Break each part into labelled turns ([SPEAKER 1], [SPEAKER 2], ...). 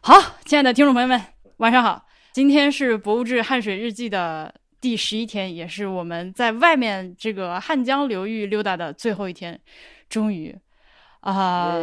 [SPEAKER 1] 好，亲爱的听众朋友们，晚上好！今天是《博物志汉水日记》的第十一天，也是我们在外面这个汉江流域溜达的最后一天。终于，啊、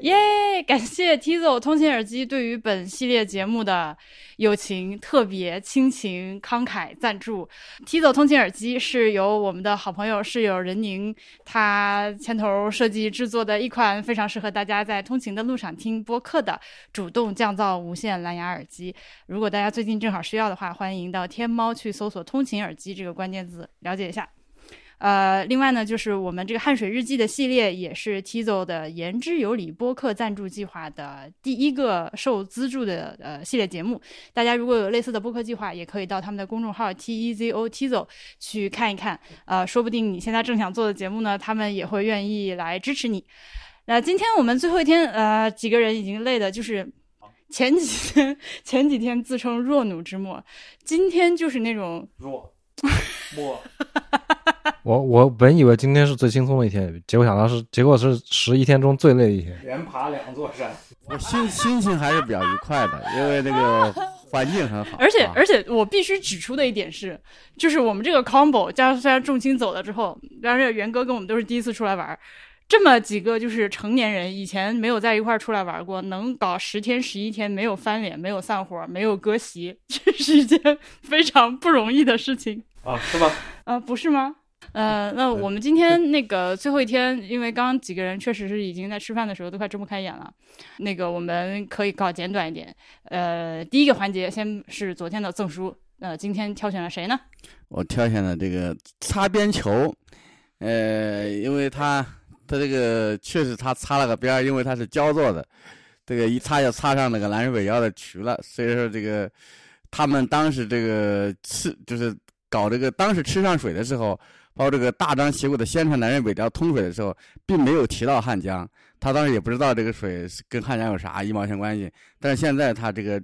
[SPEAKER 1] 耶！感谢 Tizo 通勤耳机对于本系列节目的友情、特别、亲情、慷慨赞助。Tizo 通勤耳机是由我们的好朋友室友任宁他牵头设计制作的一款非常适合大家在通勤的路上听播客的主动降噪无线蓝牙耳机。如果大家最近正好需要的话，欢迎到天猫去搜索“通勤耳机”这个关键字了解一下。呃，另外呢，就是我们这个《汗水日记》的系列，也是 Tizo 的“言之有理”播客赞助计划的第一个受资助的呃系列节目。大家如果有类似的播客计划，也可以到他们的公众号 T E Z O Tizo 去看一看。呃，说不定你现在正想做的节目呢，他们也会愿意来支持你。那、今天我们最后一天，呃，几个人已经累的，就是前几天前几天自称弱弩之末，今天就是那种
[SPEAKER 2] 弱末
[SPEAKER 3] 我我本以为今天是最轻松的一天，结果想到是，结果是十一天中最累的一天。
[SPEAKER 2] 连爬两座山，
[SPEAKER 4] 我心心情还是比较愉快的，因为那 个环境很好。
[SPEAKER 1] 而且
[SPEAKER 4] 啊
[SPEAKER 1] 而且我必须指出的一点是，就是我们这个 combo 加上虽然重青走了之后，而且元哥跟我们都是第一次出来玩儿，这么几个就是成年人以前没有在一块儿出来玩儿过，能搞十天十一天没有翻脸、没有散伙、没有割席，这是一件非常不容易的事情
[SPEAKER 2] 啊，是吧？
[SPEAKER 1] 啊、不是吗？呃，那我们今天那个最后一天，因为刚刚几个人确实是已经在吃饭的时候都快睁不开眼了，那个我们可以搞简短一点。呃，第一个环节先是昨天的赠书，呃，今天挑选了谁呢？
[SPEAKER 4] 我挑选了这个擦边球，呃，因为它它这个确实它擦了个边儿，因为它是胶做的，这个一擦就擦上那个蓝水北腰的渠了。所以说这个他们当时这个吃就是搞这个当时吃上水的时候，包括这个大张旗鼓的宣传南水北调通水的时候，并没有提到汉江，他当时也不知道这个水是跟汉江有啥一毛钱关系。但是现在他这个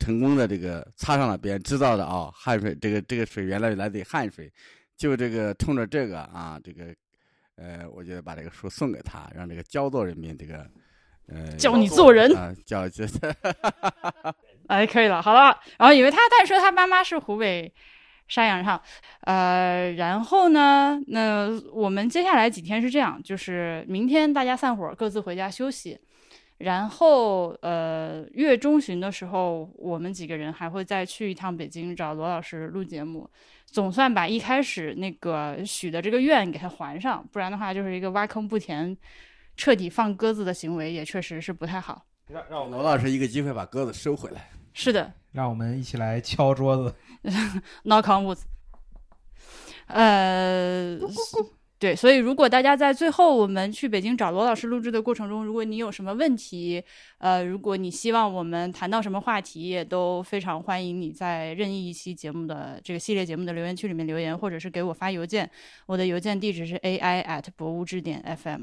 [SPEAKER 4] 成功的这个擦上了边，知道的啊、汉水这个这个水原来来自于汉水，就这个冲着这个啊，这个呃，我觉得把这个书送给他，让这个焦作人民这个呃
[SPEAKER 1] 教你做人。
[SPEAKER 4] 啊，叫这
[SPEAKER 1] 哎，可以了，好了。然后以为他，但说他妈妈是湖北山阳上，呃，然后呢，那我们接下来几天是这样，就是明天大家散伙儿各自回家休息，然后呃，月中旬的时候，我们几个人还会再去一趟北京找罗老师录节目，总算把一开始那个许的这个愿给他还上，不然的话就是一个挖坑不填、彻底放鸽子的行为，也确实是不太好。
[SPEAKER 2] 让让我们
[SPEAKER 4] 罗老师一个机会把鸽子收回来。
[SPEAKER 1] 是的，
[SPEAKER 5] 让我们一起来敲桌子。
[SPEAKER 1] knock on wood。呃，对，所以如果大家在最后我们去北京找罗老师录制的过程中，如果你有什么问题，呃，如果你希望我们谈到什么话题，也都非常欢迎你在任意一期节目的这个系列节目的留言区里面留言，或者是给我发邮件，我的邮件地址是 ai at 博物志点 fm。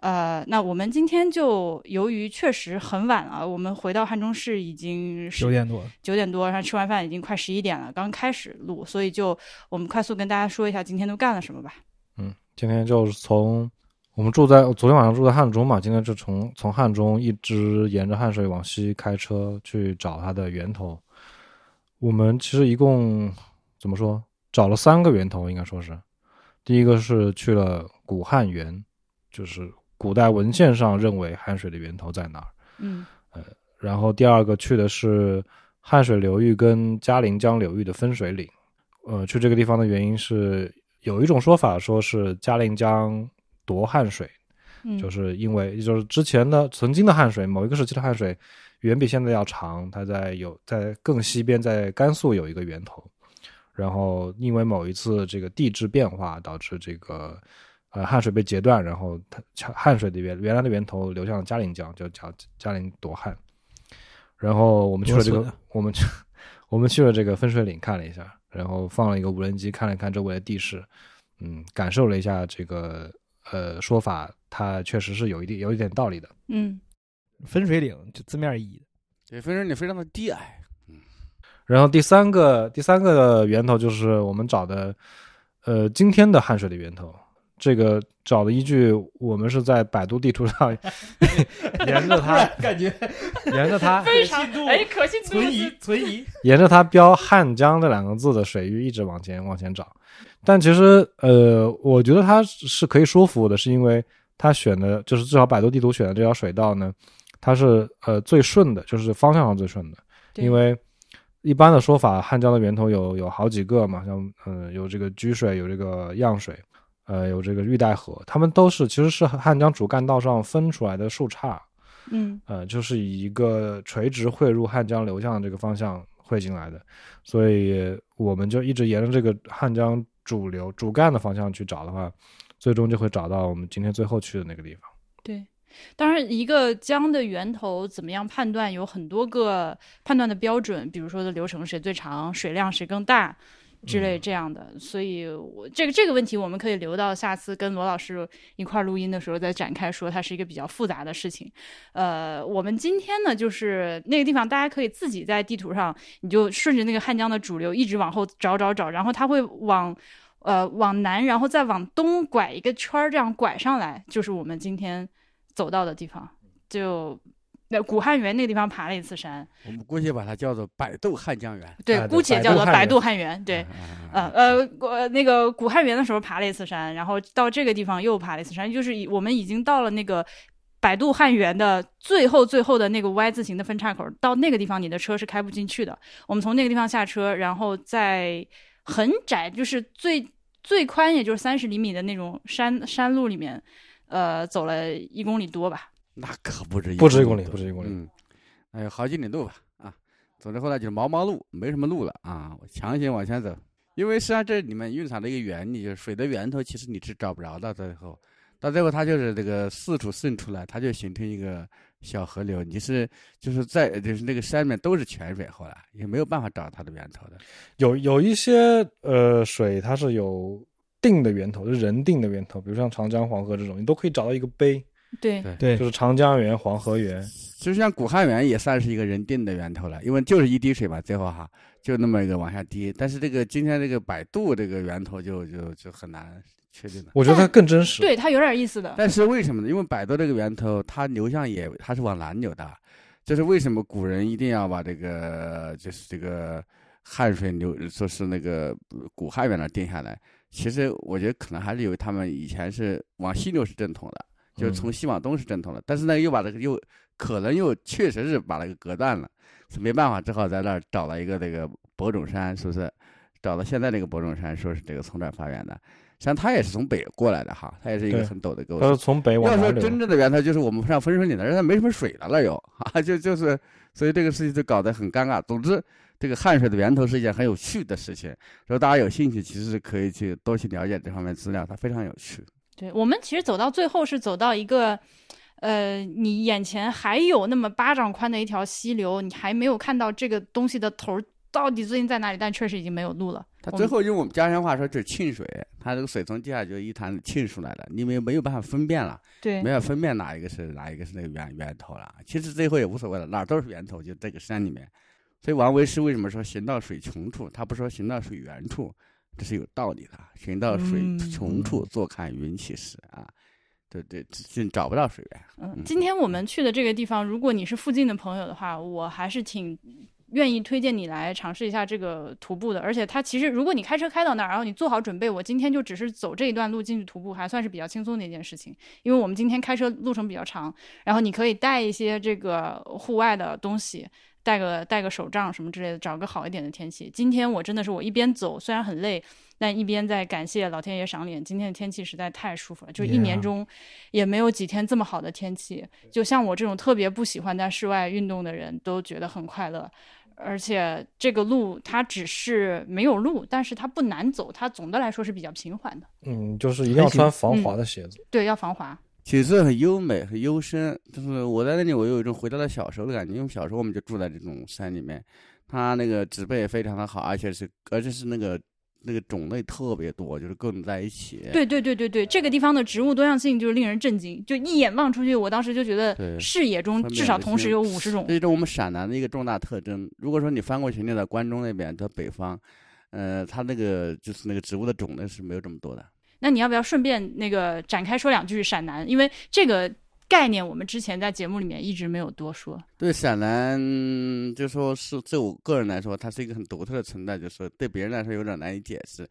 [SPEAKER 1] 呃，那我们今天就由于确实很晚了，我们回到汉中市已经是
[SPEAKER 5] 九点多，
[SPEAKER 1] 九点多，然后吃完饭已经快十一点了，刚开始录，所以就我们快速跟大家说一下今天都干了什么吧。
[SPEAKER 3] 嗯，今天就是从我们住在昨天晚上住在汉中嘛，今天就从从汉中一直沿着汉水往西开车去找它的源头。我们其实一共怎么说找了三个源头，应该说是第一个是去了古汉源，就是古代文献上认为汉水的源头在哪儿。
[SPEAKER 1] 嗯
[SPEAKER 3] 然后第二个去的是汉水流域跟嘉陵江流域的分水岭。呃，去这个地方的原因是有一种说法，说是嘉陵江夺汉水，
[SPEAKER 1] 嗯，
[SPEAKER 3] 就是因为就是之前的曾经的汉水，某一个时期的汉水远比现在要长，它在有在更西边，在甘肃有一个源头，然后因为某一次这个地质变化导致这个呃汉水被截断，然后它汉水的原原来的源头流向了嘉陵江，就叫嘉陵夺汉。然后我们去了这
[SPEAKER 5] 多
[SPEAKER 3] 个
[SPEAKER 5] 损，
[SPEAKER 3] 我们去 我们去了这个分水岭看了一下，然后放了一个无人机看了看周围的地势，嗯，感受了一下这个呃说法，它确实是有一定有一点道理的。
[SPEAKER 1] 嗯
[SPEAKER 5] 分水岭就字面意义。
[SPEAKER 4] 对，分水岭非常的低矮，
[SPEAKER 3] 然后第三个第三个源头就是我们找的，呃，今天的汉水的源头，这个找的依据，我们是在百度地图上 沿着它
[SPEAKER 5] 感觉
[SPEAKER 3] 沿着 它
[SPEAKER 1] 非常
[SPEAKER 5] 可信度
[SPEAKER 1] 哎，可信度
[SPEAKER 5] 存疑
[SPEAKER 1] 是
[SPEAKER 5] 存疑。
[SPEAKER 3] 沿着它标“汉江”这两个字的水域一直往前往前找。但其实，呃，我觉得它是可以说服我的，是因为它选的，就是至少百度地图选的这条水道呢，它是呃最顺的，就是方向上最顺的。
[SPEAKER 1] 对
[SPEAKER 3] 因为一般的说法，汉江的源头有有好几个嘛，像呃有这个居水，有这个漾水，呃有这个玉带河，它们都是其实是汉江主干道上分出来的树杈。
[SPEAKER 1] 嗯
[SPEAKER 3] 呃，就是以一个垂直汇入汉江流向的这个方向汇进来的，所以我们就一直沿着这个汉江主流主干的方向去找的话，最终就会找到我们今天最后去的那个地方。
[SPEAKER 1] 对。当然，一个江的源头怎么样判断，有很多个判断的标准，比如说的流程谁最长，水量谁更大之类这样的。所以我这个这个问题，我们可以留到下次跟罗老师一块儿录音的时候再展开说，它是一个比较复杂的事情。呃，我们今天呢，就是那个地方，大家可以自己在地图上，你就顺着那个汉江的主流一直往后找找找，然后它会往。呃，往南，然后再往东拐一个圈儿，这样拐上来就是我们今天走到的地方。
[SPEAKER 3] 嗯
[SPEAKER 1] 就那古汉源那个地方爬了一次山，
[SPEAKER 4] 我们姑且把它叫做百度汉江源。
[SPEAKER 1] 对，
[SPEAKER 3] 啊对
[SPEAKER 1] 姑且
[SPEAKER 3] 百
[SPEAKER 1] 叫
[SPEAKER 3] 度
[SPEAKER 1] 做
[SPEAKER 3] 汉嗯
[SPEAKER 1] 百
[SPEAKER 3] 源
[SPEAKER 1] 度汉源，对，
[SPEAKER 4] 啊
[SPEAKER 1] 呃呃，我那个古汉源的时候爬了一次山，然后到这个地方又爬了一次山，就是已我们已经到了那个百度汉源的最后最后的那个 Y 字形的分叉口，到那个地方你的车是开不进去的。我们从那个地方下车，然后在很窄，就是最最宽也就是三十厘米的那种山山路里面，呃，走了一公里多吧。
[SPEAKER 4] 那可不止
[SPEAKER 3] 不止一公里不止一公里
[SPEAKER 4] 嗯，哎呦，好几里路吧啊。总之后来就是毛毛路，没什么路了啊，我强行往前走，因为实际上这里面蕴藏了一个原理，就是水的源头其实你是找不着的，到最后，到最后它就是这个四处渗出来，它就形成一个小河流，你是就是在就是那个山里面都是泉水，后来也没有办法找它的源头的。
[SPEAKER 3] 有有一些呃水，它是有定的源头，就是人定的源头，比如像长江、黄河这种，你都可以找到一个碑，
[SPEAKER 1] 对
[SPEAKER 4] 对
[SPEAKER 5] 对
[SPEAKER 3] 就，是长江源、黄河源。
[SPEAKER 4] 就像古汉源也算是一个人定的源头了，因为就是一滴水嘛，最后哈就那么一个往下滴。但是这个今天这个百度这个源头就就就很难确定了。
[SPEAKER 3] 我觉得它更真实。
[SPEAKER 1] 对，它有点意思的。
[SPEAKER 4] 但是为什么呢？因为百度这个源头它流向也它是往南流的，这是为什么古人一定要把这个就是这个汉水流说是那个古汉源那儿定下来。其实我觉得可能还是由于他们以前是往西流是正统的。
[SPEAKER 3] 嗯
[SPEAKER 4] 就是从西往东是正统的，但是呢，又把这个又可能又确实是把那个隔断了，是没办法，只好在那儿找了一个这个博种山，是不是？找了现在这个博种山，说是这个从这儿发源的，实际上它也是从北过来的哈，它也是一个
[SPEAKER 3] 对
[SPEAKER 4] 很陡的沟
[SPEAKER 3] 它是
[SPEAKER 4] 子。
[SPEAKER 3] 从北往
[SPEAKER 4] 要说
[SPEAKER 3] 南
[SPEAKER 4] 真
[SPEAKER 3] 流。
[SPEAKER 4] 正的源头，就是我们上分水岭的，但是它没什么水了了又，啊，就就是，所以这个事情就搞得很尴尬。总之，这个汉水的源头是一件很有趣的事情，如果大家有兴趣，其实是可以去多去了解这方面资料，它非常有趣。
[SPEAKER 1] 对我们其实走到最后是走到一个，呃，你眼前还有那么巴掌宽的一条溪流，你还没有看到这个东西的头儿到底最近在哪里，但确实已经没有路了。
[SPEAKER 4] 它
[SPEAKER 1] 我
[SPEAKER 4] 最
[SPEAKER 1] 们
[SPEAKER 4] 后用我们家乡话说就是沁水，它这个水从地下就一潭沁出来了，你们没有办法分辨了，
[SPEAKER 1] 对
[SPEAKER 4] 没，有分辨哪一个是哪一个是那个源源头了。其实最后也无所谓了，哪儿都是源头，就这个山里面。所以王维诗为什么说“行到水穷处”，他不说“行到水源处”，这是有道理的。“行到水
[SPEAKER 1] 嗯
[SPEAKER 4] 穷处，坐看云起时”啊，对对，就找不到水源。
[SPEAKER 1] 嗯
[SPEAKER 4] 嗯，
[SPEAKER 1] 今天我们去的这个地方，如果你是附近的朋友的话，我还是挺愿意推荐你来尝试一下这个徒步的。而且它其实，如果你开车开到那儿，然后你做好准备，我今天就只是走这一段路进去徒步，还算是比较轻松的一件事情。因为我们今天开车路程比较长，然后你可以带一些这个户外的东西。带个带个手杖什么之类的，找个好一点的天气。今天我真的是我一边走，虽然很累，但一边在感谢老天爷赏脸。今天的天气实在太舒服了，就一年
[SPEAKER 5] Yeah
[SPEAKER 1] 中也没有几天这么好的天气。就像我这种特别不喜欢在室外运动的人，都觉得很快乐。而且这个路它只是没有路，但是它不难走，它总的来说是比较平缓的。
[SPEAKER 3] 嗯，就是一定要
[SPEAKER 5] 还行
[SPEAKER 3] 穿防滑的鞋子。
[SPEAKER 1] 对，要防滑。
[SPEAKER 4] 景色很优美，很幽深。就是我在那里，我有一种回到了小时候的感觉，因为小时候我们就住在这种山里面，它那个植被也非常的好，而且是而且是那个那个种类特别多，就是各种在一起。
[SPEAKER 1] 对对对对对，这个地方的植物多样性就是令人震惊，就一眼望出去，我当时就觉得
[SPEAKER 4] 对
[SPEAKER 1] 视野中
[SPEAKER 4] 分辨
[SPEAKER 1] 至少
[SPEAKER 4] 不
[SPEAKER 1] 同时
[SPEAKER 4] 清
[SPEAKER 1] 有五十种
[SPEAKER 4] 这。是我们陕南的一个重大特征。如果说你翻过去，那在关中那边，在北方，呃，它那个就是那个植物的种类是没有这么多的。
[SPEAKER 1] 那你要不要顺便那个展开说两句陕南？因为这个概念我们之前在节目里面一直没有多说。
[SPEAKER 4] 对陕南，就说是对我个人来说，它是一个很独特的存在，就说对别人来说有点难以解释。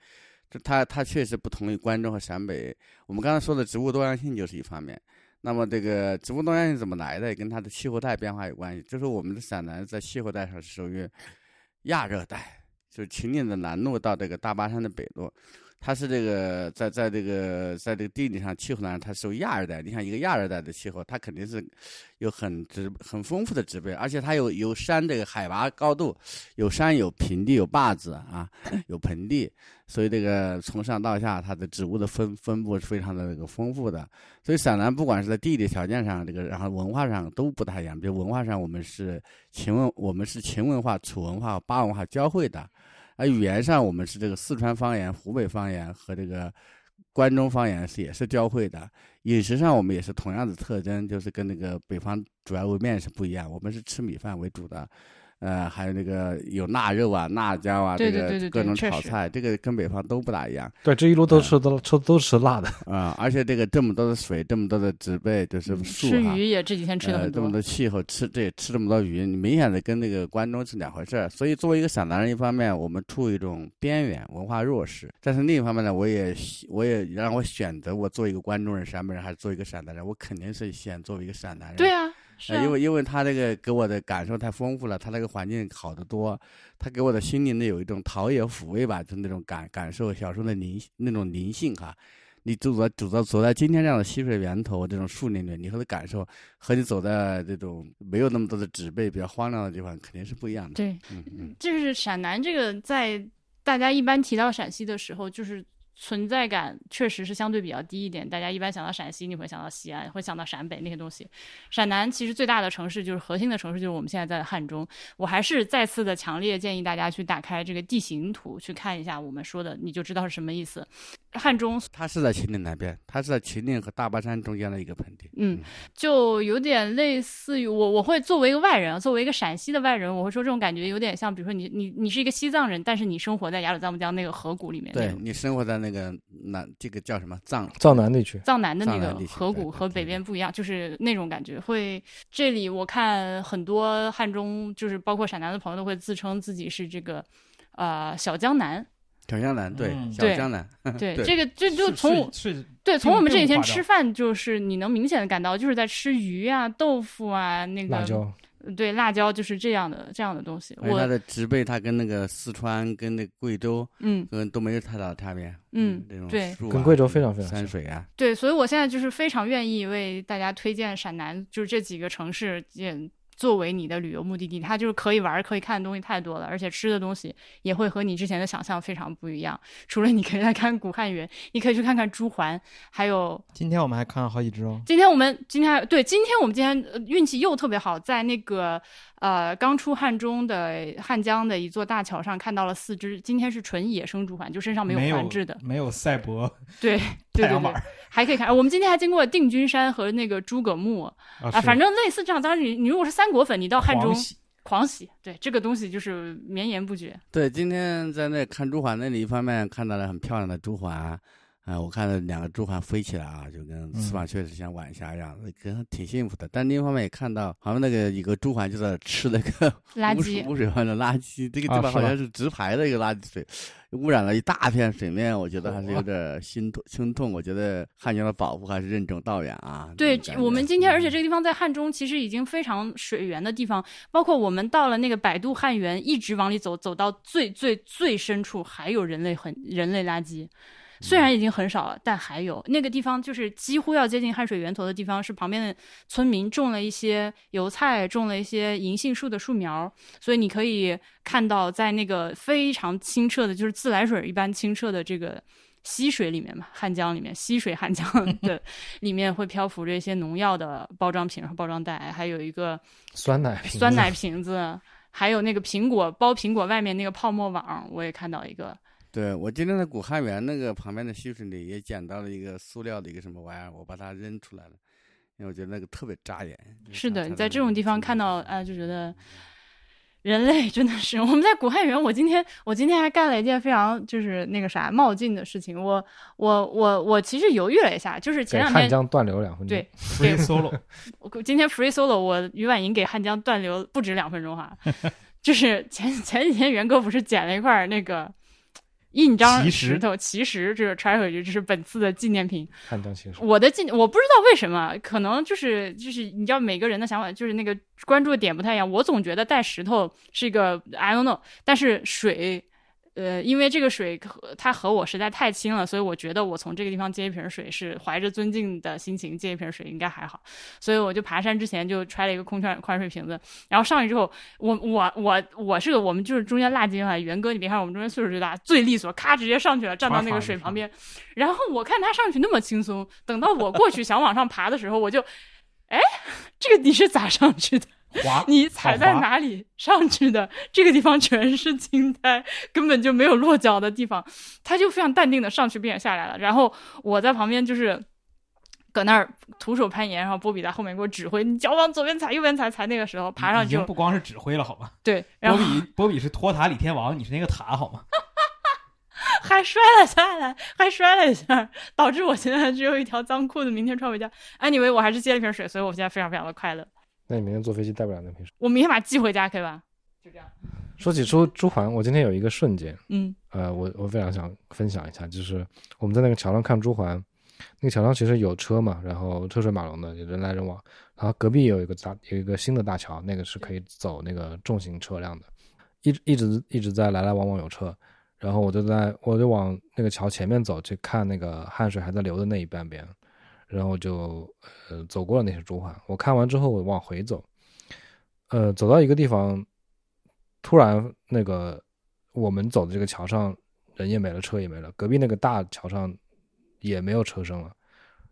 [SPEAKER 4] 就它它确实不同于关中和陕北。我们刚才说的植物多样性就是一方面，那么这个植物多样性怎么来的，也跟它的气候带变化有关系。就是我们的陕南在气候带上是属于亚热带，就秦岭的南麓到这个大巴山的北麓。它是这个在在这个在这个地理上气候上，它属于亚热带。你看一个亚热带的气候，它肯定是有很植很丰富的植被，而且它有有山这个海拔高度，有山有平地有坝子啊，有盆地，所以这个从上到下它的植物的分分布是非常的这个丰富的。所以陕南不管是在地理条件上，这个然后文化上都不太一样。比如文化上我们是秦文，我们是秦文化、楚文化、巴文化交汇的。而语言上，我们是这个四川方言、湖北方言和这个关中方言是也是交汇的。饮食上，我们也是同样的特征，就是跟那个北方主要为面是不一样，我们是吃米饭为主的，呃，还有那个有腊肉啊、辣椒啊，
[SPEAKER 1] 对
[SPEAKER 4] 这
[SPEAKER 1] 对对对对
[SPEAKER 4] 个各种
[SPEAKER 1] 确
[SPEAKER 4] 炒
[SPEAKER 1] 实
[SPEAKER 4] 菜，这个跟北方都不大一样。
[SPEAKER 3] 对，这一路都吃都吃都吃辣的，
[SPEAKER 4] 啊、而且这个这么多的水，这么多的植被，就是树
[SPEAKER 1] 嗯吃
[SPEAKER 4] 哈
[SPEAKER 1] 鱼也这几天吃的
[SPEAKER 4] 呃，
[SPEAKER 1] 很
[SPEAKER 4] 这
[SPEAKER 1] 多，
[SPEAKER 4] 么多气候，吃这吃这么多鱼，你明显的跟那个关中是两回事儿。所以作为一个陕南人，一方面我们处于一种边缘文化弱势，但是另一方面呢，我也希我也让我选择我做一个关中人、陕北人还是做一个陕南人，我肯定是选作为一个陕南人。
[SPEAKER 1] 对啊，是
[SPEAKER 4] 呃
[SPEAKER 1] 啊，
[SPEAKER 4] 因为因为他这个给我的感受太丰富了，他那个环境好得多，他给我的心灵的有一种陶冶抚慰吧，就那种感感受，小时候的灵那种灵性哈。你走在走在走在今天这样的溪水源头这种树林里，你会的感受和你走在这种没有那么多的植被、比较荒凉的地方，肯定是不一样的。
[SPEAKER 1] 对，
[SPEAKER 4] 嗯嗯，
[SPEAKER 1] 就是陕南这个，在大家一般提到陕西的时候，就是存在感确实是相对比较低一点。大家一般想到陕西，你会想到西安，会想到陕北那些东西。陕南其实最大的城市就是核心的城市，就是我们现在在的汉中。我还是再次的强烈建议大家去打开这个地形图，去看一下我们说的，你就知道是什么意思。汉中
[SPEAKER 4] 它是在秦岭南边，它是在秦岭和大巴山中间的一个盆地。
[SPEAKER 1] 嗯，就有点类似于我，我会作为一个外人，啊作为一个陕西的外人，我会说这种感觉有点像，比如说你你你是一个西藏人，但是你生活在雅鲁藏布江那个河谷里面，那
[SPEAKER 4] 对
[SPEAKER 1] 种
[SPEAKER 4] 你生活在那个南，这个叫什么藏
[SPEAKER 3] 藏南地区。
[SPEAKER 1] 藏南的那
[SPEAKER 4] 藏南
[SPEAKER 1] 个
[SPEAKER 4] 地区
[SPEAKER 1] 河
[SPEAKER 4] 对
[SPEAKER 1] 谷
[SPEAKER 4] 对
[SPEAKER 1] 和
[SPEAKER 4] 对
[SPEAKER 1] 北
[SPEAKER 4] 对
[SPEAKER 1] 边不一样，就是那种感觉会。这里我看很多汉中，就是包括陕南的朋友都会自称自己是这个。呃，小江南，
[SPEAKER 4] 小江南？对，
[SPEAKER 5] 嗯
[SPEAKER 4] 小
[SPEAKER 1] 对
[SPEAKER 4] 江南。
[SPEAKER 1] 对
[SPEAKER 4] 对
[SPEAKER 1] 这个，这就从我
[SPEAKER 5] 是是
[SPEAKER 1] 对从我们这几
[SPEAKER 5] 并
[SPEAKER 1] 天
[SPEAKER 5] 不夸张
[SPEAKER 1] 吃饭，就是你能明显的感到，就是在吃鱼啊、豆腐啊、那个
[SPEAKER 3] 辣椒，
[SPEAKER 1] 对，辣椒就是这样的这样的东西。
[SPEAKER 4] 而且它
[SPEAKER 1] 我
[SPEAKER 4] 的植被，它跟那个四川、跟那个贵州、
[SPEAKER 1] 嗯
[SPEAKER 4] 跟都没有太大的差别。
[SPEAKER 1] 嗯
[SPEAKER 4] 这种
[SPEAKER 1] 对
[SPEAKER 4] 树啊
[SPEAKER 3] 跟贵州非常非常
[SPEAKER 4] 山
[SPEAKER 3] 像
[SPEAKER 4] 水啊，
[SPEAKER 1] 对，所以我现在就是非常愿意为大家推荐陕南，就是这几个城市也作为你的旅游目的地，它就是可以玩儿可以看的东西太多了，而且吃的东西也会和你之前的想象非常不一样。除了你可以来看古汉源，你可以去看看朱鹮，还有
[SPEAKER 5] 今天我们还看了好几只哦，
[SPEAKER 1] 今天我们今天还对，今天我们今天呃运气又特别好，在那个呃刚出汉中的汉江的一座大桥上看到了四只，今天是纯野生朱鹮，就身上啊没有
[SPEAKER 5] 没有
[SPEAKER 1] 环质的，
[SPEAKER 5] 没有赛博
[SPEAKER 1] 对对
[SPEAKER 5] 太
[SPEAKER 1] 对
[SPEAKER 5] 阳
[SPEAKER 1] 对
[SPEAKER 5] 板，儿
[SPEAKER 1] 还可以看。呃我们今天还经过定军山和那个诸葛墓
[SPEAKER 5] 啊
[SPEAKER 1] 啊，
[SPEAKER 5] 是
[SPEAKER 1] 反正类似这样。当然你，你如果是三国粉，你到汉中
[SPEAKER 5] 狂喜
[SPEAKER 1] 狂喜，对这个东西就是绵延不绝。
[SPEAKER 4] 对，今天在那看朱鹮那里，一方面看到了很漂亮的朱鹮，啊、我看到两个朱鹮飞起来啊，就跟
[SPEAKER 5] 嗯
[SPEAKER 4] 翅膀确实像晚霞一样，跟挺幸福的。但另一方面也看到，好像那个有个朱鹮就在吃那个
[SPEAKER 1] 垃
[SPEAKER 4] 污水
[SPEAKER 1] 圾，
[SPEAKER 4] 污水湾的垃圾，这个
[SPEAKER 5] 啊
[SPEAKER 4] 地方
[SPEAKER 5] 是
[SPEAKER 4] 好
[SPEAKER 5] 吧
[SPEAKER 4] 像是直排的一个垃圾水，污染了一大片水面，我觉得还是有
[SPEAKER 5] 哇
[SPEAKER 4] 点心痛心痛。我觉得汉江的保护还是任重道远啊。
[SPEAKER 1] 对
[SPEAKER 4] 这种，感觉嗯
[SPEAKER 1] 我们今天，而且这个地方在汉中，其实已经非常水源的地方，包括我们到了那个百度汉源，一直往里走，走到最最最深处，还有人类很人类垃圾。虽
[SPEAKER 4] 嗯
[SPEAKER 1] 然已经很少了，但还有那个地方就是几乎要接近汉水源头的地方，是旁边的村民种了一些油菜，种了一些银杏树的树苗，所以你可以看到在那个非常清澈的，就是自来水一般清澈的这个溪水里面嘛，汉江里面，溪水汉江 的里面会漂浮着一些农药的包装瓶和包装袋，还有一个
[SPEAKER 3] 酸奶瓶子
[SPEAKER 1] 酸奶瓶子，还有那个苹果包苹果外面那个泡沫网，我也看到一个。
[SPEAKER 4] 对我今天在古汉源那个旁边的溪水里也捡到了一个塑料的一个什么玩意儿，我把它扔出来了，因为我觉得那个特别扎眼。
[SPEAKER 1] 是的，你在这种地方看到，
[SPEAKER 4] 哎，
[SPEAKER 1] 啊，就觉得人类真的是， 我们在古汉源，我今天我今天还干了一件非常就是那个啥冒进的事情，我我我我其实犹豫了一下，就是前
[SPEAKER 3] 给
[SPEAKER 1] 两
[SPEAKER 3] 汉
[SPEAKER 1] 天
[SPEAKER 3] 江断流两分钟。
[SPEAKER 1] 对
[SPEAKER 5] free solo，
[SPEAKER 1] 我今天 free solo，我于婉莹给汉江断流不止两分钟 哈，就是前前几天元哥不是捡了一块那个印章
[SPEAKER 5] 奇石
[SPEAKER 1] 石头奇石，这个揣回去，这是本次的纪念品。
[SPEAKER 3] 汉江情史。
[SPEAKER 1] 我的纪我不知道为什么，可能就是就是你知道每个人的想法就是那个关注的点不太一样。我总觉得带石头是一个 I don't know，但是水。呃，因为这个水和它和我实在太亲了，所以我觉得我从这个地方接一瓶水是怀着尊敬的心情接一瓶水应该还好，所以我就爬山之前就揣了一个空圈宽水瓶子，然后上去之后，我我我我是个我们就是中间辣鸡啊，元哥你别看我们中间岁数最大，最利索，咔直接上去了，站到那个水旁边，然后我看他上去那么轻松，等到我过去想往上爬的时候，我就，哎，这个你是咋上去的？
[SPEAKER 5] 滑
[SPEAKER 1] 你踩在
[SPEAKER 5] 好滑
[SPEAKER 1] 哪里上去的？这个地方全是青苔，根本就没有落脚的地方。他就非常淡定的上去并且下来了，然后我在旁边就是。搁那儿徒手攀岩，然后波比在后面给我指挥，你脚往左边踩，右边踩，踩那个时候爬上
[SPEAKER 5] 已
[SPEAKER 1] 去
[SPEAKER 5] 经
[SPEAKER 1] 就
[SPEAKER 5] 不光是指挥了好吗？
[SPEAKER 1] 对， 然
[SPEAKER 5] 波
[SPEAKER 1] 后
[SPEAKER 5] 比波比是托塔李天王，你是那个塔好吗？
[SPEAKER 1] 还摔了下来，还摔了一下，导致我现在只有一条脏裤子，明天穿回家。Anyway，我还是接了一瓶水，所以我现在非常非常的快乐。
[SPEAKER 3] 那你明天坐飞机带不了那瓶水。
[SPEAKER 1] 我明天把它寄回家，可以吧？就这样。
[SPEAKER 3] 说起朱朱环，我今天有一个瞬间，
[SPEAKER 1] 嗯
[SPEAKER 3] 呃，我我非常想分享一下，就是我们在那个桥上看朱环，那个桥上其实有车嘛，然后车水马龙的，人来人往。然后隔壁有一个大有一个新的大桥，那个是可以走那个重型车辆的，一直一直一直在来来往往有车。然后我就在我就往那个桥前面走，去看那个汗水还在流的那一半边，然后我就呃走过了那些朱环。我看完之后，我往回走，呃，走到一个地方，突然那个我们走的这个桥上人也没了，车也没了，隔壁那个大桥上也没有车声了，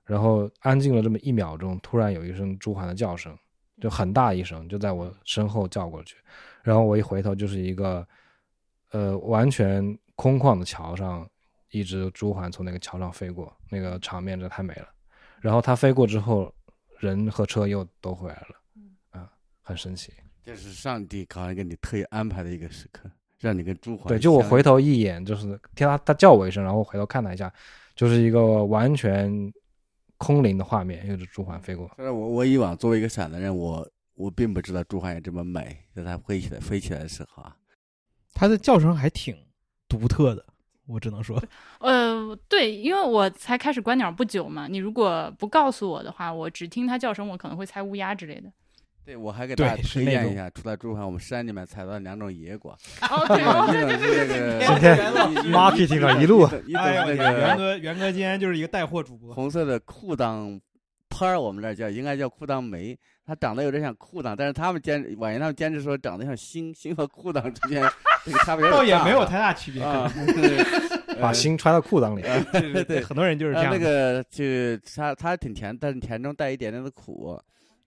[SPEAKER 3] 然后安静了这么一秒钟，突然有一声朱涵的叫声，就很大一声，就在我身后叫过去，然后我一回头就是一个呃完全空旷的桥上，一只朱环从那个桥上飞过，那个场面真的太美了。然后它飞过之后，人和车又都回来了，啊，很神奇。
[SPEAKER 4] 这是上帝刚才给你特意安排的一个时刻，让你跟朱桓
[SPEAKER 3] 对，就我
[SPEAKER 4] 相
[SPEAKER 3] 回头一眼，就是听他他叫我一声，然后我回头看他一下，就是一个完全空灵的画面，有只朱鹮飞过。
[SPEAKER 4] 但是我我以往作为一个陕南人，我我并不知道朱鹮有这么美，在它飞起来飞起来的时候啊，
[SPEAKER 5] 它的叫声还挺独特的，我只能说，
[SPEAKER 1] 呃，对，因为我才开始观鸟不久嘛，你如果不告诉我的话，我只听它叫声，我可能会猜乌鸦之类的。
[SPEAKER 4] 对我还给
[SPEAKER 5] 对
[SPEAKER 4] 大家
[SPEAKER 5] 是
[SPEAKER 4] 推
[SPEAKER 5] 那
[SPEAKER 4] 荐
[SPEAKER 5] 种
[SPEAKER 4] 一下，除了朱鹮，我们山里面采到两种野 果，
[SPEAKER 1] 哦，
[SPEAKER 4] 一
[SPEAKER 1] 对，哦，
[SPEAKER 4] 种
[SPEAKER 1] 对对对
[SPEAKER 4] 是
[SPEAKER 1] 对对，
[SPEAKER 4] 那个
[SPEAKER 5] 跳远了
[SPEAKER 4] 一种
[SPEAKER 3] marketing 啊一路
[SPEAKER 4] 种一种
[SPEAKER 5] 哎
[SPEAKER 4] 那
[SPEAKER 5] 元
[SPEAKER 4] 个
[SPEAKER 5] 哥元哥今天就是一个带货主 播，
[SPEAKER 4] 红色的裤裆拍儿，我们这儿叫应该叫裤裆梅，它长得有点像裤裆，但是他们坚婉言他们坚持说长得像星星和裤裆之间 这个差别有
[SPEAKER 5] 倒
[SPEAKER 4] 点
[SPEAKER 5] 也
[SPEAKER 4] 大
[SPEAKER 5] 没有
[SPEAKER 4] 啊
[SPEAKER 5] 太大区别，
[SPEAKER 4] 啊， 呃
[SPEAKER 3] 把心揣到裤裆里，
[SPEAKER 5] 对对
[SPEAKER 4] 对
[SPEAKER 5] 对，很多人就是这
[SPEAKER 4] 呃，
[SPEAKER 5] 样
[SPEAKER 4] 那
[SPEAKER 5] 的。
[SPEAKER 4] 个就它它挺甜，但是甜中带一点点的苦。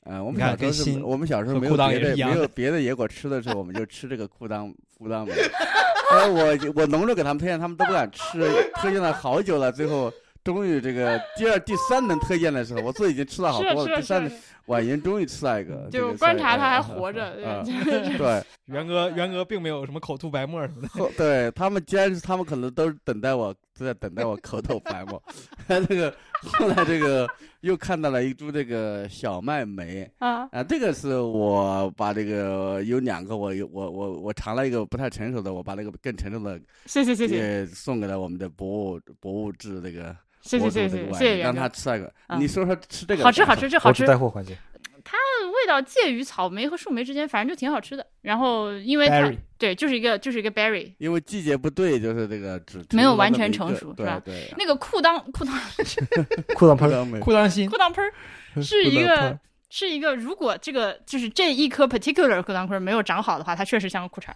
[SPEAKER 4] 呃，我们
[SPEAKER 5] 你看
[SPEAKER 4] 小时候
[SPEAKER 5] 跟
[SPEAKER 4] 是
[SPEAKER 5] 心
[SPEAKER 4] 我们小时候
[SPEAKER 5] 和
[SPEAKER 4] 没有
[SPEAKER 5] 裤裆也
[SPEAKER 4] 别
[SPEAKER 5] 是
[SPEAKER 4] 的
[SPEAKER 5] 一样
[SPEAKER 4] 没
[SPEAKER 5] 的
[SPEAKER 4] 有别的野果吃的时候，我们就吃这个裤裆裤裆梅。哎，我我隆重给他们推荐，他们都不敢吃，推荐了好久了，最后终于这个第二第三轮推荐的时候，我自己已经吃了好
[SPEAKER 1] 是啊
[SPEAKER 4] 多
[SPEAKER 1] 是
[SPEAKER 4] 了，
[SPEAKER 1] 啊
[SPEAKER 4] 第
[SPEAKER 1] 是啊
[SPEAKER 4] 三轮婉莹终于吃到一个，这
[SPEAKER 1] 就
[SPEAKER 4] 个
[SPEAKER 1] 观
[SPEAKER 4] 算
[SPEAKER 1] 察它还
[SPEAKER 4] 啊
[SPEAKER 1] 活着
[SPEAKER 4] 啊
[SPEAKER 1] 对
[SPEAKER 4] 对，
[SPEAKER 5] 元哥元哥并没有什么口吐白沫什么 的，
[SPEAKER 4] 后对他们既然是他们可能都是等待我，都在等待我口吐白 沫。那个后来这个又看到了一株这个小麦莓
[SPEAKER 1] 啊，
[SPEAKER 4] 啊，这个是我把这个有两个我有我我我尝了一个不太成熟的，我把那个更成熟的
[SPEAKER 1] 谢谢谢谢
[SPEAKER 4] 也送给了我们的博物博物志这个
[SPEAKER 1] 谢谢
[SPEAKER 4] 博主
[SPEAKER 1] 谢谢
[SPEAKER 4] 这个
[SPEAKER 1] 谢
[SPEAKER 4] 玩
[SPEAKER 1] 谢
[SPEAKER 4] 意
[SPEAKER 1] 元
[SPEAKER 4] 让他
[SPEAKER 1] 哥，
[SPEAKER 4] 吃那个
[SPEAKER 1] 啊。
[SPEAKER 4] 你说说吃这个
[SPEAKER 1] 好吃
[SPEAKER 4] 感
[SPEAKER 1] 好
[SPEAKER 4] 受
[SPEAKER 1] 吃，这好
[SPEAKER 3] 我
[SPEAKER 1] 吃嗯
[SPEAKER 3] 只，带货环节。
[SPEAKER 1] 味道介于草莓和树莓之间，反正就挺好吃的。然后因为它
[SPEAKER 5] Berry
[SPEAKER 1] 对，就是一个就是一个 berry，
[SPEAKER 4] 因为季节不对，就是这个只
[SPEAKER 1] 没有
[SPEAKER 4] 只
[SPEAKER 1] 完
[SPEAKER 4] 那么
[SPEAKER 1] 全
[SPEAKER 4] 一
[SPEAKER 1] 成
[SPEAKER 4] 个
[SPEAKER 1] 熟是
[SPEAKER 4] 对
[SPEAKER 1] 吧
[SPEAKER 4] 对，
[SPEAKER 1] 那个裤裆裤裆
[SPEAKER 3] 裤裆
[SPEAKER 4] 不
[SPEAKER 3] 喷 儿，
[SPEAKER 4] 能没
[SPEAKER 5] 裤裆心
[SPEAKER 1] 裤裆 喷儿是一
[SPEAKER 4] 裤裆喷
[SPEAKER 1] 个
[SPEAKER 4] 儿
[SPEAKER 1] 是一个，如果这个就是这一颗 particular 裤裆喷儿没有长好的话，它确实像个裤 衩儿；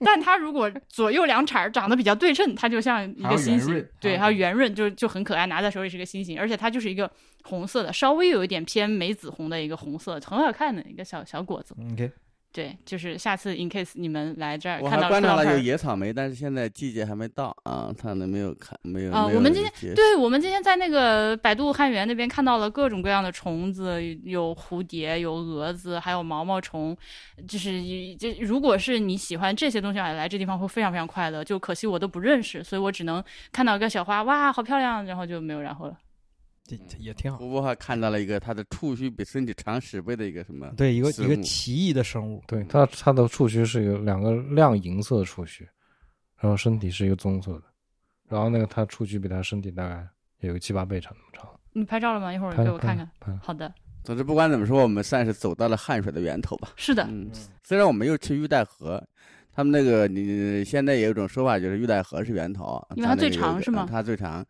[SPEAKER 1] 但它如果左右两茬儿长得比较对称，它就像一
[SPEAKER 5] 还
[SPEAKER 1] 个
[SPEAKER 5] 有
[SPEAKER 1] 心
[SPEAKER 5] 圆
[SPEAKER 1] 形
[SPEAKER 5] 润，
[SPEAKER 1] 对，还
[SPEAKER 5] 还有
[SPEAKER 1] 有圆润，就就很可爱，拿在手里是个心形，而且它就是一个红色的，稍微有一点偏梅子红的一个红色，很好看的一个小小果子。
[SPEAKER 5] 嗯，OK，
[SPEAKER 1] 对，就是下次 in case 你们来这儿
[SPEAKER 4] 我
[SPEAKER 1] 看
[SPEAKER 4] 还
[SPEAKER 1] 到
[SPEAKER 4] 观察
[SPEAKER 1] 克劳
[SPEAKER 4] 了
[SPEAKER 1] 克
[SPEAKER 4] 有野草莓，但是现在季节还没到啊，它没有看没有
[SPEAKER 1] 啊
[SPEAKER 4] 没有
[SPEAKER 1] 我们今天
[SPEAKER 4] 结
[SPEAKER 1] 对，我们今天在那个百度汉园那边看到了各种各样的虫子，有蝴蝶，有蛾子，还有毛毛虫。就是就如果是你喜欢这些东西的话，来这地方会非常非常快乐。就可惜我都不认识，所以我只能看到一个小花，哇，好漂亮，然后就没有然后了。
[SPEAKER 5] 这这也挺好。
[SPEAKER 4] 胡波还看到了一个它的触须比身体长十倍的一个什么？
[SPEAKER 5] 对，一个
[SPEAKER 4] 嗯四
[SPEAKER 5] 一个
[SPEAKER 4] 目
[SPEAKER 5] 奇异的生 物，
[SPEAKER 3] 对，它它的触须是有两个亮银色的触须，然后身体是一个棕色的，然后那个它触须比它身体大概也有七八倍长那么长。
[SPEAKER 1] 你拍照了吗？一会儿
[SPEAKER 3] 拍
[SPEAKER 1] 给我看看。
[SPEAKER 3] 拍了
[SPEAKER 1] 好的，
[SPEAKER 4] 总之不管怎么说，我们算是走到了汗水的源头吧。
[SPEAKER 1] 是的，
[SPEAKER 4] 嗯，虽然我没有去玉带河，他们那个你现在也有一种说法，就是玉带河是源头，啊
[SPEAKER 1] 因为它
[SPEAKER 4] 咱那
[SPEAKER 1] 最
[SPEAKER 4] 个有
[SPEAKER 1] 长
[SPEAKER 4] 一个
[SPEAKER 1] 是吗
[SPEAKER 4] 嗯它最长，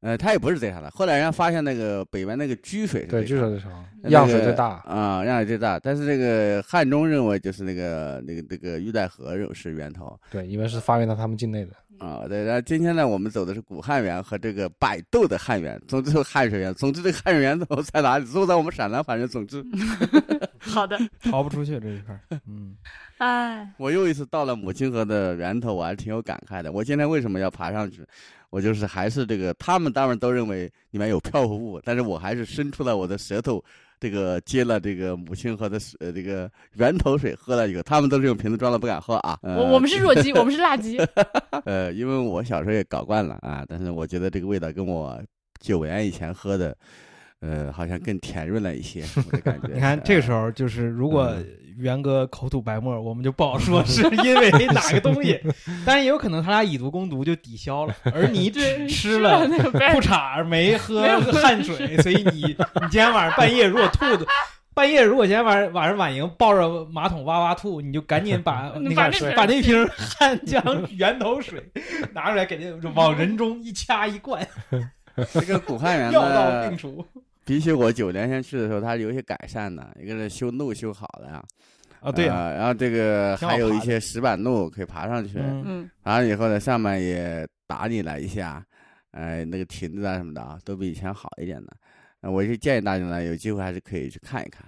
[SPEAKER 4] 呃，它也不是最长的。后来人家发现那个北边那个居水是
[SPEAKER 3] 对，
[SPEAKER 4] 最
[SPEAKER 3] 据
[SPEAKER 4] 长
[SPEAKER 3] 说最长，
[SPEAKER 4] 那
[SPEAKER 3] 样水
[SPEAKER 4] 个
[SPEAKER 3] 最大。
[SPEAKER 4] 啊，样水最大。但是这个汉中认为就是那个那个那个玉带河是源头
[SPEAKER 3] 对，因为是发源到他们境内的。
[SPEAKER 1] 嗯
[SPEAKER 4] 啊。对，然后今天呢，我们走的是古汉源和这个百度的汉源，总之是汉水源。总之这个汉水源头在哪里？ 都在我们陕南，反正总之
[SPEAKER 1] 嗯好的。
[SPEAKER 5] 逃不出去这一块儿。
[SPEAKER 3] 嗯，
[SPEAKER 1] 哎，
[SPEAKER 4] 我又一次到了母亲河的源头，我还挺有感慨的。我今天为什么要爬上去？我就是还是这个，他们当然都认为里面有漂浮物，但是我还是伸出了我的舌头，这个接了这个母亲河的水，呃这个源头水喝了一口。他们都是用瓶子装的，不敢喝啊。呃、
[SPEAKER 1] 我我们是弱鸡，我们是辣鸡。
[SPEAKER 4] 呃，因为我小时候也搞惯了啊，但是我觉得这个味道跟我九元以前喝的，呃，好像更甜润了一些，我的感 觉。
[SPEAKER 5] 你看这个时
[SPEAKER 4] 候，
[SPEAKER 5] 候，就是如果
[SPEAKER 4] 嗯
[SPEAKER 5] 元哥口吐白沫，我们就不好说是因为哪个东 西，但是也有可能他俩以毒攻毒就抵消了，而你
[SPEAKER 1] 对，啊
[SPEAKER 5] 只吃
[SPEAKER 1] 了
[SPEAKER 5] 了
[SPEAKER 1] 那个 bread
[SPEAKER 5] 裤衩儿没喝
[SPEAKER 1] 没有
[SPEAKER 5] 汗水， 所以你你今天晚上半夜如果吐的。半夜，如果今天晚上晚上晚莹抱着马桶哇哇吐，你就赶紧 把那
[SPEAKER 1] 把那
[SPEAKER 5] 个
[SPEAKER 1] 瓶
[SPEAKER 5] 水
[SPEAKER 1] 儿
[SPEAKER 5] 把那瓶汉江源头水拿出来，给那就往人中一掐一灌，
[SPEAKER 4] 呃这个古汉 源
[SPEAKER 5] 药到
[SPEAKER 4] 呢
[SPEAKER 5] 病，除。
[SPEAKER 4] 比起我九年前去的时候，它有一些改善的，一个是修路修好了呀，
[SPEAKER 5] 啊，对啊，
[SPEAKER 4] 呃然后这个
[SPEAKER 5] 挺好
[SPEAKER 4] 还有
[SPEAKER 5] 爬
[SPEAKER 4] 一
[SPEAKER 5] 的
[SPEAKER 4] 些石板路可以爬上去，
[SPEAKER 5] 嗯
[SPEAKER 1] 嗯，
[SPEAKER 4] 爬上以后呢，上面也打理了一下，呃，那个亭子啊什么的啊，都比以前好一点的。呃我是建议大家呢，有机会还是可以去看一看，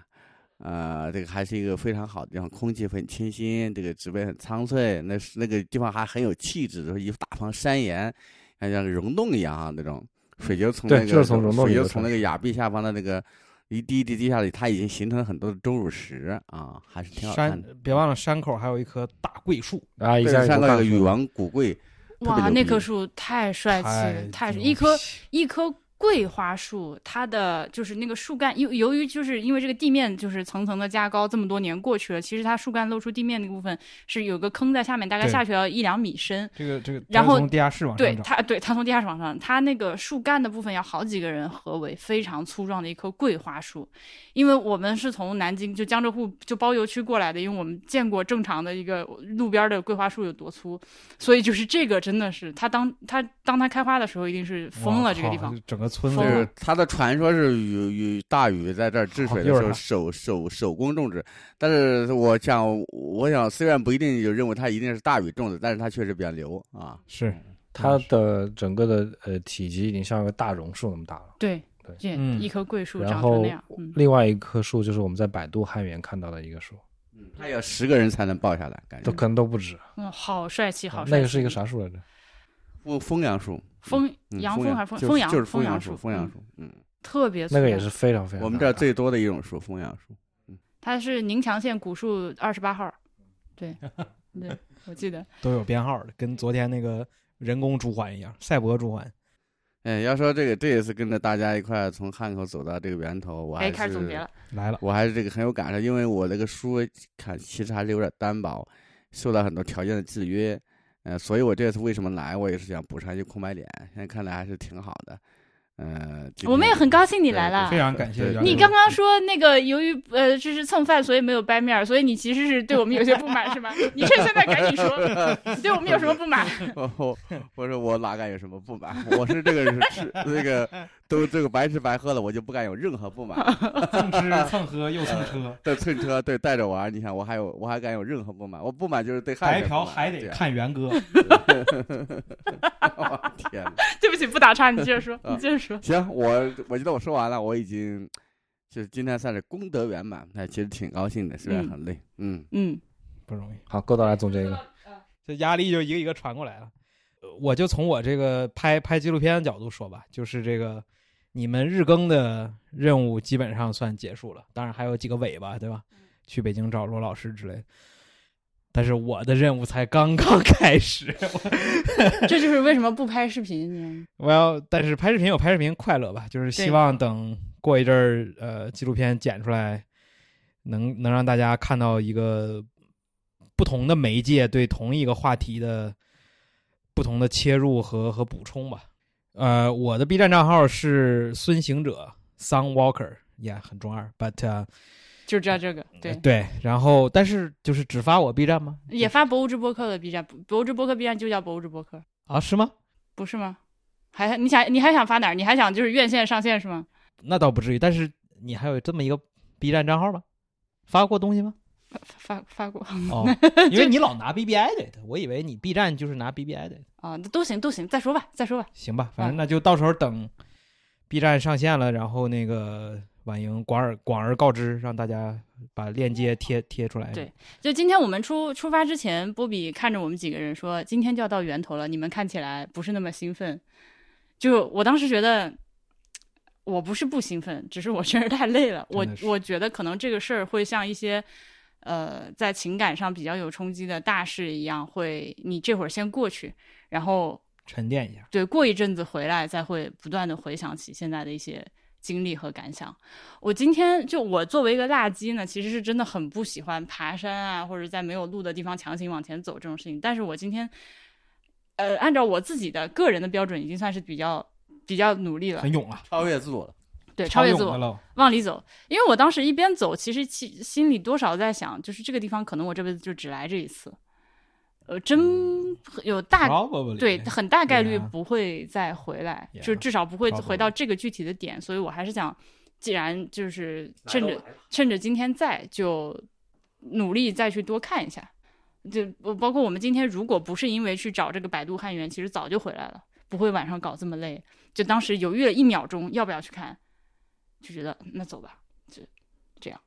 [SPEAKER 4] 呃，这个还是一个非常好的地方，空气很清新，这个植被很苍翠，那是那个地方还很有气质，就是一大旁山岩，像像溶洞一样啊那种。水就从那
[SPEAKER 3] 对
[SPEAKER 4] 个
[SPEAKER 3] 就是从溶洞里
[SPEAKER 4] 水就
[SPEAKER 3] 流
[SPEAKER 4] 从
[SPEAKER 3] 出
[SPEAKER 4] 那
[SPEAKER 3] 来
[SPEAKER 4] 个崖壁下方的那个一滴一滴滴下去，它已经形成了很多的钟乳石啊，还是挺好看
[SPEAKER 5] 山
[SPEAKER 4] 的。
[SPEAKER 5] 别忘了山口还有一棵大桂树，
[SPEAKER 3] 啊，一
[SPEAKER 4] 这
[SPEAKER 3] 下
[SPEAKER 4] 个
[SPEAKER 3] 就
[SPEAKER 4] 山
[SPEAKER 3] 看
[SPEAKER 4] 那个
[SPEAKER 3] 出
[SPEAKER 4] 禹
[SPEAKER 3] 来
[SPEAKER 4] 王古桂，特别
[SPEAKER 1] 哇，
[SPEAKER 4] 牛
[SPEAKER 1] 那
[SPEAKER 4] 逼
[SPEAKER 1] 棵树太帅气了，太
[SPEAKER 5] 牛
[SPEAKER 1] 一棵
[SPEAKER 5] 逼
[SPEAKER 1] 一棵桂花树，它的就是那个树干，由由于就是因为这个地面就是层层的加高，这么多年过去了，其实它树干露出地面那个部分是有个坑在下面，大概
[SPEAKER 5] 对
[SPEAKER 1] 下去要一两米深。
[SPEAKER 5] 这个这个，
[SPEAKER 1] 然后
[SPEAKER 5] 从地下室往
[SPEAKER 1] 对
[SPEAKER 5] 上长，
[SPEAKER 1] 它，对它从地下室往上，它那个树干的部分要好几个人合围，非常粗壮的一棵桂花树。因为我们是从南京就江浙沪就包邮区过来的，因为我们见过正常的一个路边的桂花树有多粗，所以就是这个真的是它当它当它开花的时候，一定是疯了
[SPEAKER 5] 哇
[SPEAKER 1] 这个地
[SPEAKER 5] 靠
[SPEAKER 1] 方。，
[SPEAKER 5] 整个村子
[SPEAKER 1] 疯
[SPEAKER 4] 就
[SPEAKER 1] 了
[SPEAKER 4] 是他的传说是禹禹大禹在这儿治水的
[SPEAKER 5] 好又
[SPEAKER 4] 时
[SPEAKER 5] 是
[SPEAKER 1] 啊
[SPEAKER 4] 候
[SPEAKER 5] 他
[SPEAKER 4] 手手手工种植，但是我想我想虽然不一定就认为他一定是大禹种的，但是他确实比较牛啊。
[SPEAKER 5] 是
[SPEAKER 3] 它的整个的呃体积已经像一个大榕树那么大了。
[SPEAKER 1] 对
[SPEAKER 3] 对
[SPEAKER 1] 这
[SPEAKER 5] 嗯
[SPEAKER 1] 一棵桂树
[SPEAKER 3] 然
[SPEAKER 1] 长成
[SPEAKER 3] 后
[SPEAKER 1] 那样，嗯，
[SPEAKER 3] 另外一棵树就是我们在百度汉源看到的一个树，
[SPEAKER 4] 他要十个人才能抱下来，感
[SPEAKER 3] 都
[SPEAKER 4] 觉
[SPEAKER 3] 可能都不止。啊
[SPEAKER 1] 嗯，好帅气，好帅气。
[SPEAKER 3] 那个是一个？啥树来着？
[SPEAKER 4] 枫枫杨树，
[SPEAKER 1] 枫
[SPEAKER 4] 嗯
[SPEAKER 1] 杨
[SPEAKER 4] 枫
[SPEAKER 1] 枫还是枫
[SPEAKER 4] 就
[SPEAKER 1] 枫
[SPEAKER 4] 是
[SPEAKER 1] 杨
[SPEAKER 4] 就是
[SPEAKER 1] 枫
[SPEAKER 4] 枫
[SPEAKER 1] 杨
[SPEAKER 4] 树，
[SPEAKER 1] 树
[SPEAKER 4] 枫杨
[SPEAKER 1] 嗯
[SPEAKER 4] 树，嗯，
[SPEAKER 1] 特别粗
[SPEAKER 3] 那个啊也是非常非常大。
[SPEAKER 4] 我们这儿最多的一种树枫杨树，
[SPEAKER 1] 它是宁强县古树二十八号，对，对，我记得
[SPEAKER 5] 都有编号的，跟昨天那个人工猪环一样，赛博猪环。
[SPEAKER 4] 哎，要说这个这一次跟着大家一块儿从汉口走到这个源头，我还
[SPEAKER 1] 哎，
[SPEAKER 4] 是
[SPEAKER 1] 开始总结了，
[SPEAKER 5] 来了，
[SPEAKER 4] 我还是这个很有感受，因为我那个书看其实还是有点单薄，受到很多条件的制约，呃，所以我这次为什么来，我也是想补上一些空白点，现在看来还是挺好的，呃，今
[SPEAKER 1] 我们也
[SPEAKER 4] 天
[SPEAKER 1] 很高兴你来
[SPEAKER 4] 对
[SPEAKER 1] 了
[SPEAKER 5] 非。常感谢
[SPEAKER 4] 对
[SPEAKER 5] 袁哥。
[SPEAKER 1] 你刚 刚说那个，由于呃，这是蹭饭，所以没有掰面儿，所以你其实是对我们有些不满，是吗？你趁现在赶紧说，你对我们有什么不满？
[SPEAKER 4] 我 我我说我哪敢有什么不满？我是这个人是吃 这个都这个白吃白喝了，我就不敢有任何不满。
[SPEAKER 5] 蹭吃蹭喝又蹭车，
[SPEAKER 4] 对蹭车，对带着玩儿，你看我还有我还敢有任何不满？我不满就是对汉
[SPEAKER 5] 白
[SPEAKER 4] 人不
[SPEAKER 5] 嫖
[SPEAKER 4] 满
[SPEAKER 5] 还
[SPEAKER 4] 这
[SPEAKER 5] 得
[SPEAKER 4] 样
[SPEAKER 5] 看袁哥。
[SPEAKER 4] 我天哪！
[SPEAKER 1] 对不起，不打岔，你接着说，你接着说。
[SPEAKER 4] 行，我我觉得我说完了，我已经就是今天算是功德圆满，那其实挺高兴的，虽然很累，嗯，
[SPEAKER 1] 嗯，
[SPEAKER 5] 不容易，
[SPEAKER 3] 好，够到来总结一个，
[SPEAKER 5] 这压力就一个一个传过来了。呃我就从我这个拍拍纪录片的角度说吧，就是这个你们日更的任务基本上算结束了，当然还有几个尾巴，对吧？去北京找罗老师之类的。但是我的任务才刚刚开始，
[SPEAKER 1] 这就是为什么不拍视频，你知道吗
[SPEAKER 5] 我要，但是拍视频有拍视频快乐吧，就是希望等过一阵儿，呃，纪录片剪出来，能能让大家看到一个不同的媒介对同一个话题的不同的切入和和补充吧。呃，我的 B 站账号是孙行者 （Sun Walker），也、yeah, 很中二，but、呃
[SPEAKER 1] 就知道这个。对，
[SPEAKER 5] 对，然后但是就是只发我 B 站吗？
[SPEAKER 1] 也发博物志播客的 B 站，博物志播客 B 站就叫博物志播客，
[SPEAKER 5] 啊，是吗？
[SPEAKER 1] 不是吗？还你想你还想发哪儿？你还想就是院线上线是吗？
[SPEAKER 5] 那倒不至于，但是你还有这么一个 B 站账号吗？发过东西吗？
[SPEAKER 1] 发发发过
[SPEAKER 5] 哦，因为你老拿 BBI 的，我以为你 B 站就是拿 BBI 的。
[SPEAKER 1] 啊，那都行都行，再说吧再说吧。
[SPEAKER 5] 行吧，
[SPEAKER 1] 啊
[SPEAKER 5] 反正那就到时候等 B 站上线了，然后那个婉莹广而广而告之，让大家把链接贴贴出来。
[SPEAKER 1] 对，就今天我们出出发之前，波比看着我们几个人说：“今天就要到源头了，你们看起来不是那么兴奋。”就我当时觉得，我不是不兴奋，只是我确实太累了。我
[SPEAKER 5] 真的是
[SPEAKER 1] 我觉得可能这个事儿会像一些，呃，在情感上比较有冲击的大事一样，会你这会儿先过去，然后
[SPEAKER 5] 沉淀一下。
[SPEAKER 1] 对，过一阵子回来再会不断的回想起现在的一些经历和感想。我今天就我作为一个辣鸡呢，其实是真的很不喜欢爬山啊，或者在没有路的地方强行往前走这种事情。但是我今天，呃，按照我自己的个人的标准，已经算是比较比较努力了
[SPEAKER 5] 很，勇啊，
[SPEAKER 4] 超越自我了。
[SPEAKER 1] 对，超越自
[SPEAKER 5] 勇
[SPEAKER 1] 我
[SPEAKER 5] 的，喽。
[SPEAKER 1] 往里走。因为我当时一边走，其实心心里多少在想，就是这个地方可能我这辈子就只来这一次。呃，真有大
[SPEAKER 5] Probably
[SPEAKER 1] 对，很大概率
[SPEAKER 5] 啊
[SPEAKER 1] 不会再回来
[SPEAKER 5] Yeah，
[SPEAKER 1] 就至少不会
[SPEAKER 5] probably
[SPEAKER 1] 回到这个具体的点，所以我还是想，既然就是趁
[SPEAKER 2] 来
[SPEAKER 1] 着
[SPEAKER 2] 都来了
[SPEAKER 1] 趁着今天在，就努力再去多看一下。就我包括我们今天，如果不是因为去找这个百度汉源，其实早就回来了，不会晚上搞这么累。就当时犹豫了一秒钟，要不要去看，就觉得那走吧，就这样。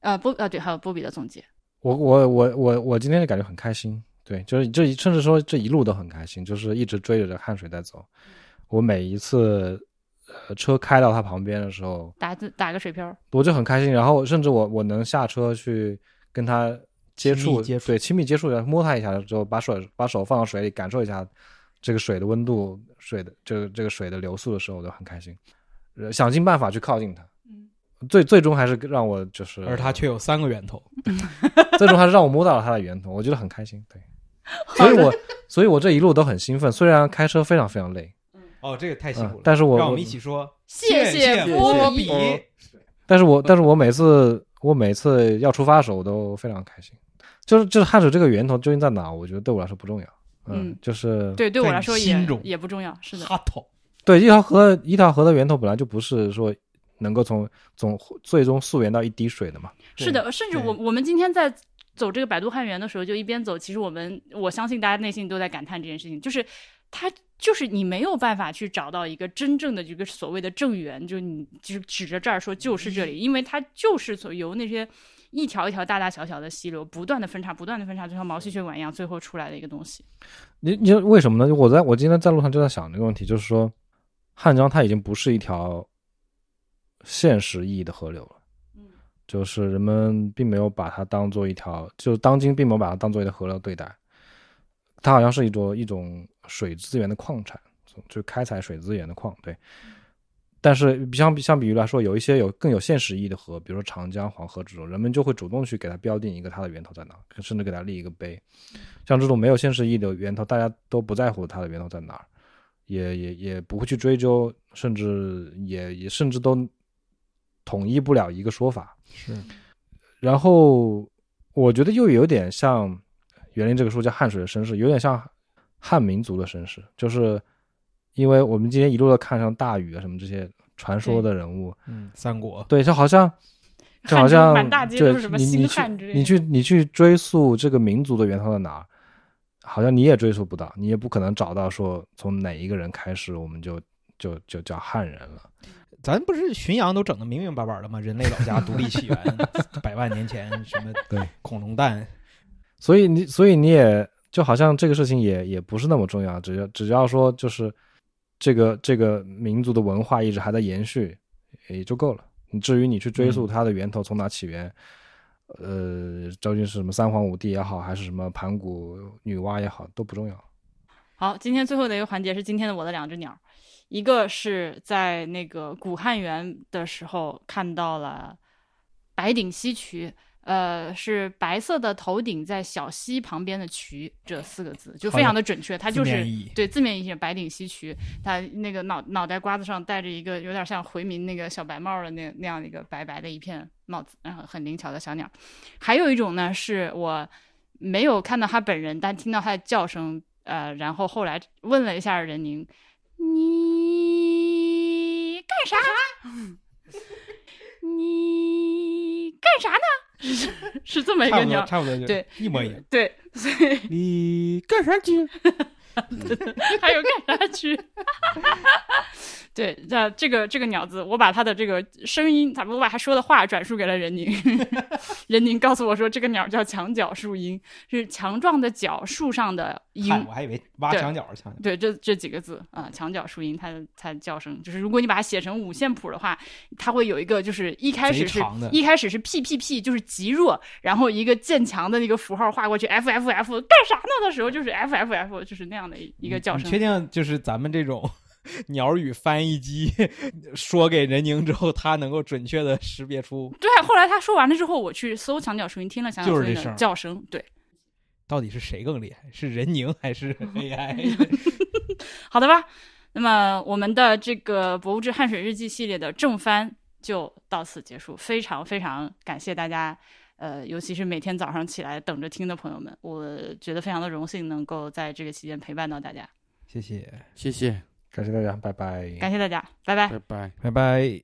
[SPEAKER 1] 呃，波啊对，还有波比的总结，
[SPEAKER 3] 我我我我我今天就感觉很开心，对，就是这一甚至说这一路都很开心，就是一直追着这汗水在走。我每一次呃车开到它旁边的时候，
[SPEAKER 1] 打字打个水漂，
[SPEAKER 3] 我就很开心，然后甚至我我能下车去跟它接
[SPEAKER 5] 亲密
[SPEAKER 3] 触，
[SPEAKER 5] 接触
[SPEAKER 3] 对，亲密接触一下，摸它一下之后，把手把手放到水里，感受一下这个水的温度，水的这个这个水的流速的时候，我就很开心，呃想尽办法去靠近它。
[SPEAKER 1] 嗯
[SPEAKER 3] 最最终还是让我就是，
[SPEAKER 5] 而它却有三个源头，
[SPEAKER 1] 嗯
[SPEAKER 3] 最终还是让我摸到了它的源头，我觉得很开心。对，所以我所以我这一路都很兴奋，虽然开车非常非常累，
[SPEAKER 5] 哦，这个太辛苦
[SPEAKER 3] 嗯
[SPEAKER 5] 了。
[SPEAKER 3] 但是我
[SPEAKER 5] 让我们一起说，
[SPEAKER 1] 谢
[SPEAKER 5] 谢
[SPEAKER 1] 波
[SPEAKER 5] 比
[SPEAKER 1] 比，
[SPEAKER 3] 但是我但是我每次我每次要出发的时候，我都非常开心。就是就是汗水这个源头究竟在哪，我觉得对我来说不重要。嗯，
[SPEAKER 1] 嗯
[SPEAKER 3] 就是
[SPEAKER 1] 对，对我
[SPEAKER 5] 在
[SPEAKER 1] 来
[SPEAKER 5] 你
[SPEAKER 1] 说也
[SPEAKER 5] 心中
[SPEAKER 1] 也不重要，是的，
[SPEAKER 5] 哈头，
[SPEAKER 3] 对一条河一条河的源头本来就不是说能够从从最终溯源到一滴水的嘛。
[SPEAKER 1] 是的，甚至我
[SPEAKER 5] 对
[SPEAKER 1] 我们今天在走这个百度汉源的时候，就一边走，其实我们我相信大家内心都在感叹这件事情，就是它就是你没有办法去找到一个真正的一个所谓的正源，就你就是指着这儿说就是这里，
[SPEAKER 3] 嗯
[SPEAKER 1] 因为它就是所由那些一条一条大大小小的溪流不断的分叉，不断的分叉，就像毛细血管一样，最后出来的一个东西。
[SPEAKER 3] 你你知道为什么呢？我在我今天在路上就在想这个问题，就是说，汉江它已经不是一条现实意义的河流了，
[SPEAKER 1] 嗯，
[SPEAKER 3] 就是人们并没有把它当做一条，就是当今并没有把它当做一条河流对待，它好像是一种一种水资源的矿产，就开采水资源的矿，对。但是相比相比于来说，有一些有更有现实意义的河，比如说长江、黄河这种，人们就会主动去给它标定一个它的源头在哪，甚至给它立一个碑。像这种没有现实意义的源头，大家都不在乎它的源头在哪儿，也也也不会去追究，甚至也也甚至都统一不了一个说法。
[SPEAKER 5] 是
[SPEAKER 3] 然后我觉得又有点像园林这个书叫《汉水的绅士》，有点像汉民族的绅士，就是因为我们今天一路都看上大禹啊什么这些传说的人物，
[SPEAKER 5] 嗯，三国
[SPEAKER 3] 对，就好像 就
[SPEAKER 1] 汉
[SPEAKER 3] 好
[SPEAKER 1] 中
[SPEAKER 3] 像
[SPEAKER 1] 满大街
[SPEAKER 3] 对
[SPEAKER 1] 都是什么
[SPEAKER 3] 你你
[SPEAKER 1] 星
[SPEAKER 3] 去
[SPEAKER 1] 汉之类的
[SPEAKER 3] 你去你去追溯这个民族的源头在哪儿，好像你也追溯不到，你也不可能找到说从哪一个人开始我们就就就叫汉人了。
[SPEAKER 5] 咱不是巡洋都整的明明白白的吗？人类老家独立 起源，百万年前什么
[SPEAKER 3] 对
[SPEAKER 5] 恐龙蛋，
[SPEAKER 3] 所以你，所以你也就好像这个事情也也不是那么重要，只要只要说就是这个这个民族的文化一直还在延续，也就够了。你至于你去追
[SPEAKER 1] 嗯
[SPEAKER 3] 溯它的源头从哪起源，呃，究竟是什么三皇五帝也好，还是什么盘古女娲也好，都不重要。
[SPEAKER 1] 好，今天最后的一个环节是今天的我的两只鸟，一个是在那个古汉源的时候看到了白顶溪渠，呃，是白色的头顶在小溪旁边的渠这四个字，就非常的准确，它就
[SPEAKER 5] 字
[SPEAKER 1] 是
[SPEAKER 5] 面意义
[SPEAKER 1] 对字面意义上白顶溪渠，它那个脑脑袋瓜子上戴着一个有点像回民那个小白帽的那那样的一个白白的一片帽子，然后很灵巧的小鸟。还有一种呢，是我没有看到他本人，但听到他的叫声，呃，然后后来问了一下任宁，你干啥？ 你干啥呢？ 是是这 么一
[SPEAKER 5] 差
[SPEAKER 1] 个
[SPEAKER 5] 不
[SPEAKER 1] 鸟
[SPEAKER 5] 多，差不多就
[SPEAKER 1] 对
[SPEAKER 5] 一模一样。
[SPEAKER 1] 对，所以
[SPEAKER 4] 你干啥去？
[SPEAKER 1] 还有干啥去？ 对，那这个这个鸟子，我把它的这个声音，咱们我把它说的话转述给了任宁， 任宁告诉我说，这个鸟叫墙角树鹰，是强壮的角树上的鹰
[SPEAKER 5] 看，。我还以为挖
[SPEAKER 1] 对
[SPEAKER 5] 墙角儿墙角儿。
[SPEAKER 1] 对，这这几个字啊、墙角树鹰，它的它的叫声就是，如果你把它写成五线谱的话，它会有一个就是一开始
[SPEAKER 5] 贼
[SPEAKER 1] 是
[SPEAKER 5] 长的
[SPEAKER 1] 一开始是 P P P，就是极弱，然后一个渐强的那个符号划过去，F F F 干啥呢的时候，就是 F F F，就是那样的一一个叫
[SPEAKER 5] 嗯你
[SPEAKER 1] 声
[SPEAKER 5] 确。定就是咱们这种 鸟语翻译机 说给任宁之后，他能够准确的识别出
[SPEAKER 1] 对，后来他说完了之后，我去搜墙角树鹰，听了墙角
[SPEAKER 5] 就是
[SPEAKER 1] 树鹰
[SPEAKER 5] 这声
[SPEAKER 1] 的
[SPEAKER 5] 儿
[SPEAKER 1] 叫声，对。
[SPEAKER 5] 到底是谁更厉害，是任宁 还是 AI？
[SPEAKER 1] 好的吧，那么我们的这个《博物志汗水日记》系列的正番就到此结束，非常非常感谢大家，呃，尤其是每天早上起来等着听的朋友们，我觉得非常的荣幸能够在这个期间陪伴到大家，
[SPEAKER 5] 谢谢，
[SPEAKER 4] 谢谢，
[SPEAKER 3] 感谢大家，拜拜。
[SPEAKER 1] 感谢大家，拜拜。
[SPEAKER 4] 拜拜。
[SPEAKER 5] 拜拜。